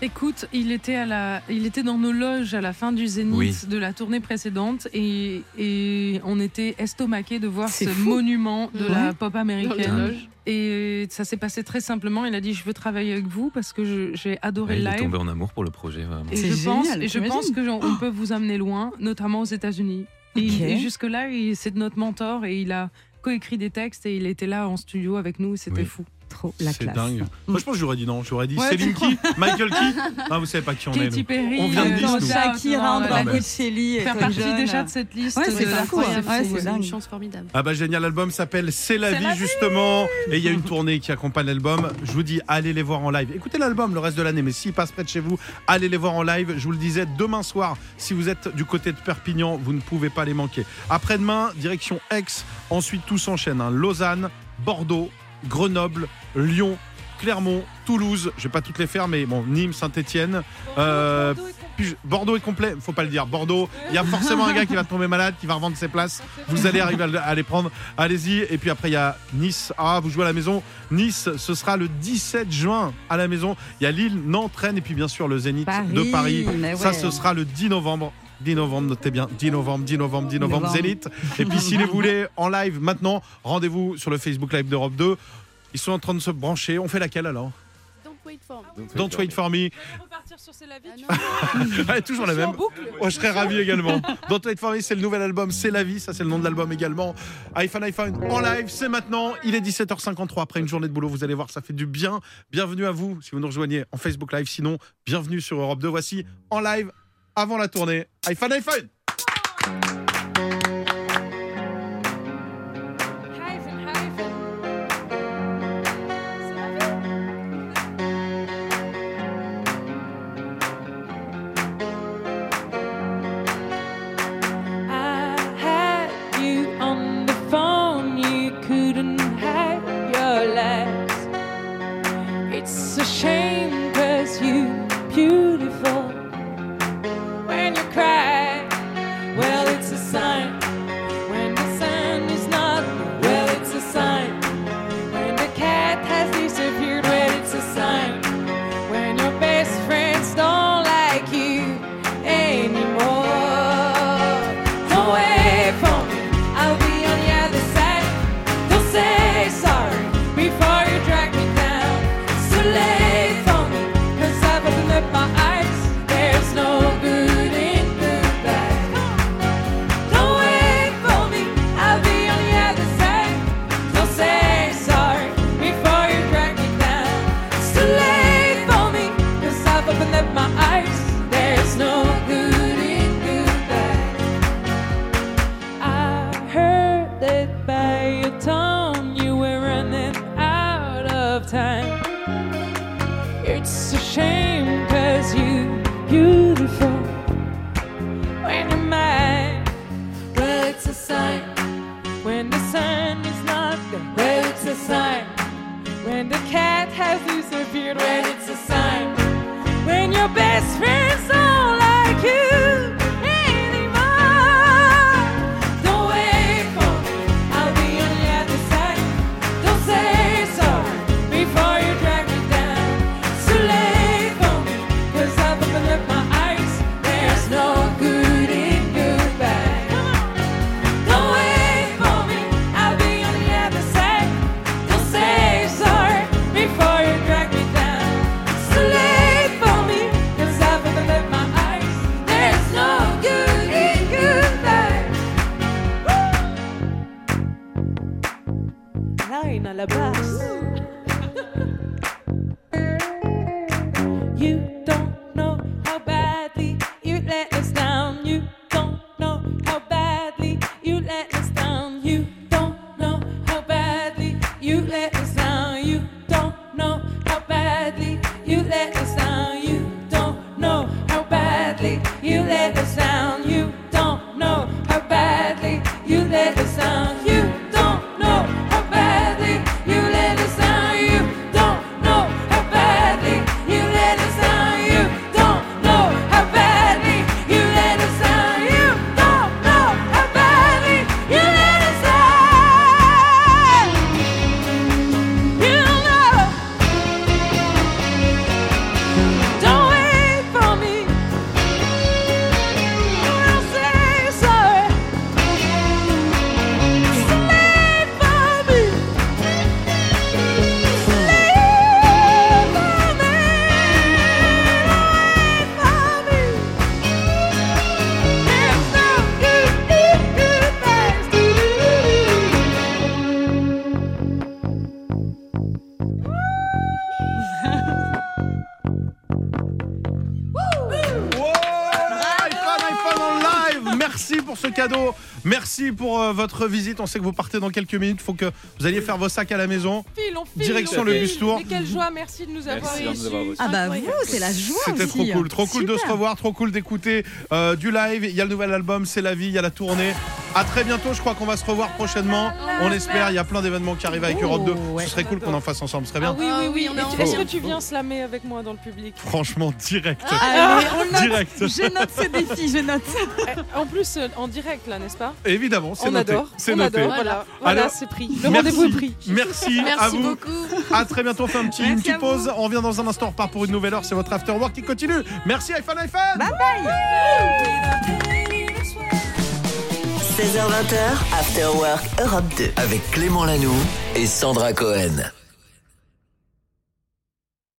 S5: Écoute, il était, à la, il était dans nos loges à la fin du Zénith
S6: Oui.
S5: de la tournée précédente et, et on était estomaqués de voir
S2: C'est
S5: ce
S2: fou.
S5: monument de
S7: Ouais.
S5: la pop
S7: Dans les
S5: américaine.
S7: loges.
S5: Et ça s'est passé très simplement. Il a dit Je veux travailler avec vous parce que je- j'ai adoré
S6: Ouais,
S5: le
S6: Ah, Il est
S5: live.
S6: tombé en amour pour le projet, vraiment.
S5: Et
S2: C'est
S5: je pense,
S2: génial,
S5: et je
S2: t'imagines
S5: pense que j'en- on peut vous amener loin, notamment aux États-Unis. Et,
S2: Ok.
S5: et jusque-là, il- c'est notre mentor et il a coécrit des textes et il était là en studio avec nous. C'était
S1: Oui.
S5: fou.
S2: Trop la
S1: C'est
S2: classe.
S1: dingue. Moi, je pense que j'aurais dit non. J'aurais dit
S5: Ouais,
S1: Céline qui Michael qui Non, vous savez pas qui on est.
S5: Katy
S1: nous.
S5: Perry,
S1: On vient de
S5: euh,
S1: Nice, nous.
S5: Doja Cat,
S2: Shakira,
S5: non, la
S1: Andrade.
S5: liste
S2: Bocelli,
S5: Faire
S2: Elton
S5: partie
S2: John.
S5: déjà de cette liste.
S2: Ouais,
S5: de-
S2: c'est
S7: C'est
S2: pas fou,
S7: incroyable,
S2: hein. Ouais, c'est
S7: c'est
S2: dingue.
S7: une chance formidable.
S1: Ah bah génial, l'album s'appelle C'est la
S5: C'est la
S1: vie justement et il y a une tournée qui accompagne l'album. Je vous dis allez les voir en live. Écoutez l'album le reste de l'année mais s'il passe près de chez vous, allez les voir en live. Je vous le disais demain soir, si vous êtes du côté de Perpignan, vous ne pouvez pas les manquer. Après-demain, direction Aix, ensuite tout s'enchaîne hein. Lausanne, Bordeaux, Grenoble, Lyon, Clermont, Toulouse, je vais pas toutes les faire mais bon, Nîmes, Saint-Étienne, Euh, puis je- Bordeaux est complet, faut pas le dire. Bordeaux, il y a forcément un gars qui va tomber malade, qui va revendre ses places. Vous allez arriver à le- à les prendre. Allez-y. Et puis après, il y a Nice. Ah, vous jouez à la maison. Nice, ce sera le 17 juin à la maison. Il y a Lille, Nantes, Rennes et puis bien sûr le Zénith de Paris.
S2: mais
S1: Ça,
S2: ouais.
S1: ce sera le 10 novembre. 10 novembre, notez bien, 10 novembre, 10 novembre, 10 novembre,
S2: Novembre.
S1: Zénith. Et puis si vous voulez en live maintenant, rendez-vous sur le Facebook Live d'Europe 2. Ils sont en train de se brancher. On fait laquelle alors
S7: Don't wait for me.
S1: Don't wait for me.
S8: repartir sur C'est la vie,
S7: Ah
S8: tu
S7: non.
S8: vois.
S1: Ouais, toujours la même.
S8: boucle.
S1: Moi, je serais ravi également. Don't Wait For Me, c'est le nouvel album, c'est la vie, ça c'est le nom de l'album également. iPhone, iPhone, en live, c'est maintenant. Il est 17h53 après une journée de boulot, vous allez voir, ça fait du bien. Bienvenue à vous si vous nous rejoignez en Facebook Live, sinon, bienvenue sur Europe 2. Voici en live, avant la tournée, iPhone, iPhone.
S8: Hyphen, hyphen. C'est la vie. I had you on the phone, you couldn't hide your lies. It's a shame cause you beautiful when you cry. Well, it's a sign when the sun is not. Well, it's a sign when the cat has disappeared. Well, it's a sign when your best friends don't like you anymore. Don't wait for me, I'll be on the other side. Don't say sorry before you drag me down. It's too late for me, cause I've opened up my eyes. There's no good in goodbye. Don't wait for me, I'll be on the other side. Don't say sorry before you drag me down. It's too late for me, cause I've opened up my eyes. There's no good in goodbye. I heard that by your tone you were running out of time. It's a shame cause you beautiful when you're mine. Well, it's a sign when the sun is not there. Well, it's a sign when the cat has disappeared. Well, it's a sign when your best friends don't like you anymore. Don't wait for me, I'll be on the other side. Don't say sorry before you drag me down. It's too late for me, cause I've opened up my eyes. There's no good in goodbye. Don't wait for me, I'll be on the other side. Don't say sorry before you drag me down. It's too late for me, cause I've opened up my
S1: iPhone, iPhone en live Merci pour ce cadeau. Merci pour euh, votre visite. On sait que vous partez dans quelques minutes. Faut que vous alliez faire vos sacs à la maison.
S5: File, on file,
S1: Direction
S5: on
S1: le
S5: file.
S1: bus tour.
S5: Mais quelle joie, merci de nous avoir
S9: Merci de nous avoir
S5: reçus.
S9: reçus.
S2: Ah bah vous,
S5: Incroyable.
S2: c'est la joie
S1: C'était
S2: aussi. hein.
S1: trop cool, trop cool de se
S2: Super.
S1: revoir, trop cool d'écouter euh, du live. Il y a le nouvel album, c'est la vie, il y a la tournée. À très bientôt, je crois qu'on va se revoir prochainement. On espère, il y a plein d'événements qui arrivent avec
S2: Oh,
S1: Europe 2.
S2: ouais.
S1: Ce serait cool qu'on en fasse ensemble, ce serait
S5: Ah
S1: bien.
S5: oui, oui, oui,
S7: Ah oui, on est
S5: Et
S7: en
S5: tu- Est-ce
S9: forme.
S5: que tu viens slammer avec moi dans le public
S1: Franchement, direct.
S5: Ah,
S2: Allez, on note.
S1: Direct.
S2: Je note ce défi, je note.
S5: Eh, En plus, euh, en direct, là, n'est-ce pas
S1: Évidemment, c'est
S5: On
S1: noté.
S5: adore.
S1: C'est
S5: on
S1: noté.
S5: adore. Voilà, Voilà,
S1: Alors,
S5: c'est pris. Le
S1: Merci.
S5: rendez-vous est pris.
S1: Merci, à vous.
S7: beaucoup.
S1: À très bientôt, on fait un petit,
S2: Merci
S1: une petite
S2: à vous.
S1: pause. On revient dans un instant, on repart pour une nouvelle heure. C'est votre after work qui continue. Merci, iPhone, iPhone.
S4: 16h20, After Work Europe 2.
S3: Avec Clément Lanoux et Sandra Cohen.